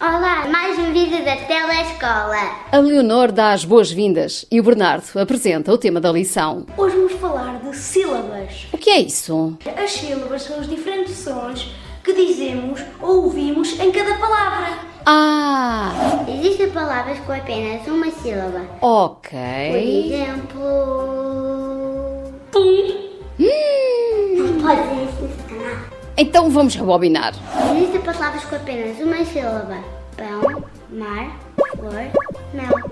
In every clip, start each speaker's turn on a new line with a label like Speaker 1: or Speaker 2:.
Speaker 1: Olá, mais um vídeo da Telescola.
Speaker 2: A Leonor dá as boas-vindas e o Bernardo apresenta o tema da lição.
Speaker 3: Hoje vamos falar de sílabas.
Speaker 2: O que é isso?
Speaker 3: As sílabas são os diferentes sons que dizemos ou ouvimos em cada palavra.
Speaker 2: Ah,
Speaker 1: Existem palavras com apenas uma sílaba. Por
Speaker 2: ok.
Speaker 1: exemplo.
Speaker 3: Pum,
Speaker 1: Não pode existir nada.
Speaker 2: Hum. Então vamos rebobinar.
Speaker 1: Existem palavras com apenas uma sílaba. Pão, mar, flor, mel.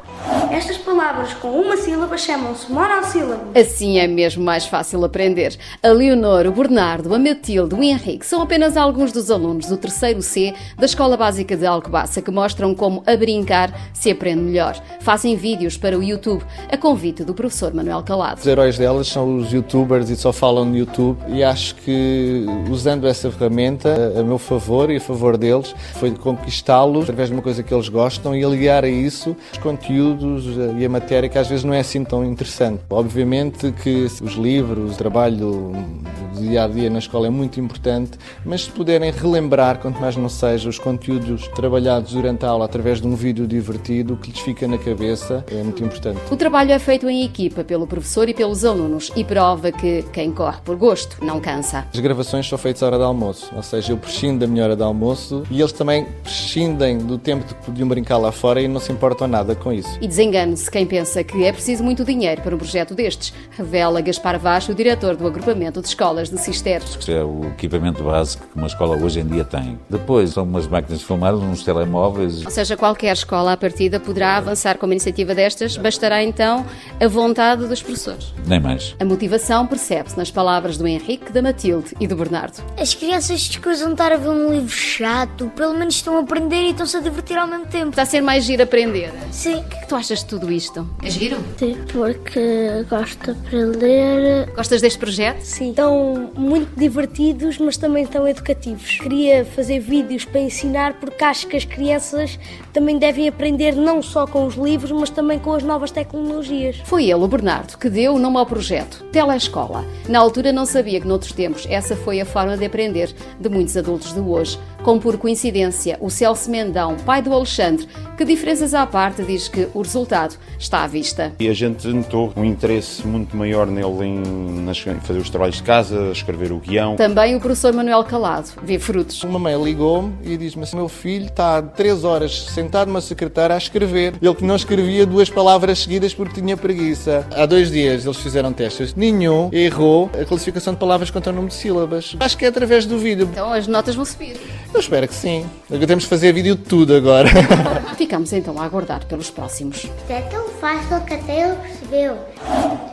Speaker 3: Estas palavras com uma sílaba chamam-se monossílabos.
Speaker 2: Assim é mesmo mais fácil aprender. A Leonor, o Bernardo, a Matilde, o Henrique são apenas alguns dos alunos do terceiro C da Escola Básica de Alcobaça que mostram como a brincar se aprende melhor. Fazem vídeos para o YouTube a convite do professor Manuel Calado.
Speaker 4: Os heróis delas são os youtubers e só falam no YouTube e acho que usando essa ferramenta a a meu favor e a favor deles foi conquistá-los através de uma coisa que eles gostam e aliar a isso os conteúdos eh, e a matéria que às vezes não é assim tão interessante. Obviamente que os livros, o trabalho do dia a dia na escola é muito importante, mas se puderem relembrar, quanto mais não seja, os conteúdos trabalhados durante a aula através de um vídeo divertido que lhes fica na cabeça é muito importante.
Speaker 2: O trabalho é feito em equipa pelo professor e pelos alunos e prova que quem corre por gosto não cansa.
Speaker 4: As gravações são feitas à hora de almoço, ou seja, eu prescindo da minha hora de almoço e eles também prescindem do tempo de que podiam brincar lá fora e não se importam nada com isso.
Speaker 2: E desengane-se quem pensa que é preciso muito dinheiro para um projeto destes, revela Gaspar Vaz, o diretor do agrupamento de escolas de Cisteres.
Speaker 5: que é o equipamento básico que uma escola hoje em dia tem. Depois são umas máquinas de filmar, uns telemóveis.
Speaker 2: Ou seja, qualquer escola à partida poderá avançar com uma iniciativa destas, bastará então a vontade dos professores.
Speaker 5: Nem mais.
Speaker 2: A motivação percebe-se nas palavras do Henrique, da Matilde e do Bernardo.
Speaker 6: As crianças escusam de estar a ver um livro chato, pelo menos estão a aprender e estão-se a divertir ao mesmo tempo.
Speaker 2: Está a ser mais giro aprender.
Speaker 6: Sim.
Speaker 2: O que é que tu achas de tudo isto? É giro?
Speaker 1: Porque gosto de aprender.
Speaker 2: Gostas deste projeto?
Speaker 7: Sim. Estão muito divertidos, mas também estão educativos. Queria fazer vídeos para ensinar, porque acho que as crianças também devem aprender não só com os livros, mas também com as novas tecnologias.
Speaker 2: Foi ele, o Bernardo, que deu o nome ao projeto, Telescola. Na altura não sabia que noutros tempos essa foi a forma de aprender de muitos adultos de hoje. Com por coincidência, o Celso Mendão, pai do Alexandre, que diferenças à parte diz que o resultado está à vista.
Speaker 8: E a gente notou um interesse muito maior nele em nas- em fazer os trabalhos de casa, escrever o guião.
Speaker 2: Também o professor Manuel Calado vê frutos.
Speaker 4: Uma mãe ligou-me e disse-me assim, meu filho está há três horas sentado numa secretária a escrever. Ele que não escrevia duas palavras seguidas porque tinha preguiça. Há dois dias eles fizeram testes. Nenhum errou a classificação de palavras quanto ao número de sílabas. Acho que é através do vídeo.
Speaker 2: Então as notas vão subir.
Speaker 4: Eu espero que sim. Agora Temos de fazer vídeo de tudo agora.
Speaker 2: Ficamos então a aguardar pelos próximos.
Speaker 1: Isto é tão fácil que até ele percebeu.